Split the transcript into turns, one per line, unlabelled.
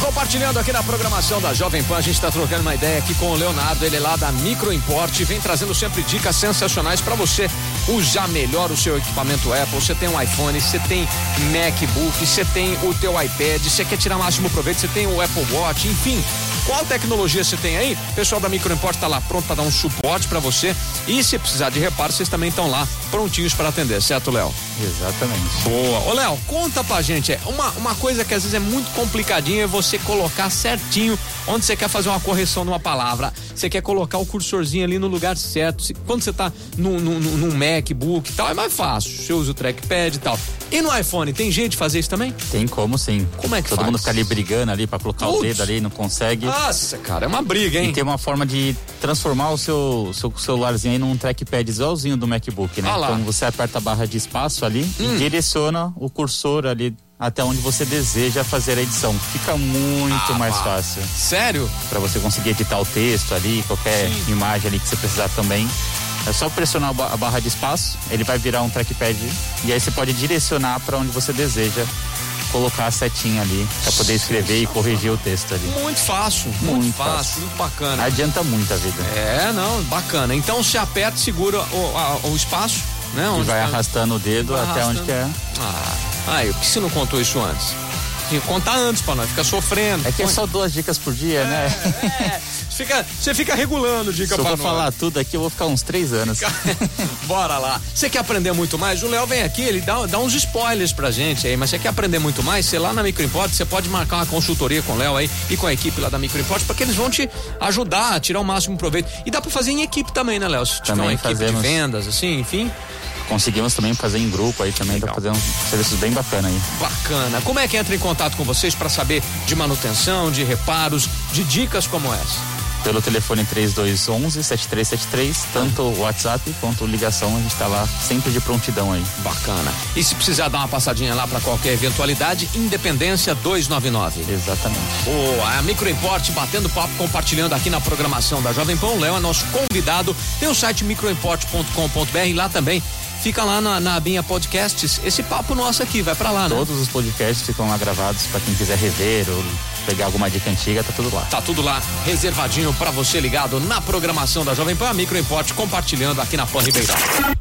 Compartilhando aqui na programação da Jovem Pan, a gente está trocando uma ideia aqui com o Leonardo, ele é lá da Microimport e vem trazendo sempre dicas sensacionais para você usar melhor o seu equipamento Apple. Você tem um iPhone, você tem MacBook, você tem o teu iPad, você quer tirar o máximo proveito, você tem o Apple Watch, enfim. Qual tecnologia você tem aí? O pessoal da Microimport está lá pronto para dar um suporte para você. E se precisar de reparo, vocês também estão lá prontinhos para atender, certo, Léo?
Exatamente.
Boa. Ô, Léo, conta pra gente. é, Uma, uma coisa que às vezes é muito complicadinha é você colocar certinho onde você quer fazer uma correção numa palavra. Você quer colocar o cursorzinho ali no lugar certo. Se- Quando você tá num, num, num- num MacBook e tal, é mais fácil. Você usa o trackpad e tal. E no iPhone, tem jeito de fazer isso também?
Tem como sim.
Como é que
Todo
faz?
mundo fica ali brigando ali pra colocar
Putz.
o dedo ali, não consegue.
Nossa, cara, é uma briga,
E
hein?
tem uma forma de transformar o seu, seu celularzinho aí num trackpad igualzinho do MacBook, né?
Ah lá. Hum.
então você aperta a barra de espaço ali e direciona o cursor ali até onde você deseja fazer a edição. Fica muito
Ah,
mais
pá.
fácil
Sério?
para você conseguir editar o texto ali, qualquer imagem ali que você precisar também. É só pressionar a ba- a barra de espaço, ele vai virar um trackpad e aí você pode direcionar para onde você deseja colocar a setinha ali para poder escrever e corrigir o texto ali.
Muito fácil, muito,
Muito
fácil,
fácil.
muito bacana.
Adianta muito a vida.
É, não, bacana. Então você aperta, segura o, a- o espaço, né?
E
onde
vai
tá-
arrastando o dedo
Vai
até onde quer.
arrastando. Ah, ai, por que você não contou isso antes? Tinha que contar antes pra nós, fica sofrendo.
É que é só duas dicas por dia, né?
É, fica, você fica regulando, dica
Se eu
pra
for
nós.
falar tudo aqui, eu vou ficar uns três anos.
Bora lá. Você quer aprender muito mais? O Léo vem aqui, ele dá, dá uns spoilers pra gente aí, mas você quer aprender muito mais? Você lá na Microimport, você pode marcar uma consultoria com o Léo aí e com a equipe lá da Microimport, porque eles vão te ajudar a tirar o máximo proveito. E dá pra fazer em equipe também, né, Léo? Se tiver
Também
uma equipe
fazemos.
de vendas, assim, enfim.
Conseguimos também fazer em grupo aí também, tá
Legal.
fazendo um serviço bem bacana aí.
Bacana. Como é que entra em contato com vocês pra saber de manutenção, de reparos, de dicas como essa?
Pelo telefone 3211-7373, tanto o WhatsApp quanto ligação, a gente tá lá sempre de prontidão aí.
Bacana. E se precisar dar uma passadinha lá pra qualquer eventualidade, Independência 299.
Exatamente.
Boa, a Microimport batendo papo, compartilhando aqui na programação da Jovem Pan. O Léo é nosso convidado. Tem o site microimport.com.br e lá também fica lá na, na abinha podcasts. Esse papo nosso aqui vai pra lá, né?
Todos os podcasts ficam lá gravados pra quem quiser rever ou pegar alguma dica antiga, tá tudo lá.
Tá tudo lá reservadinho pra você ligado na programação da Jovem Pan. A Microimport compartilhando aqui na Pan Ribeirão.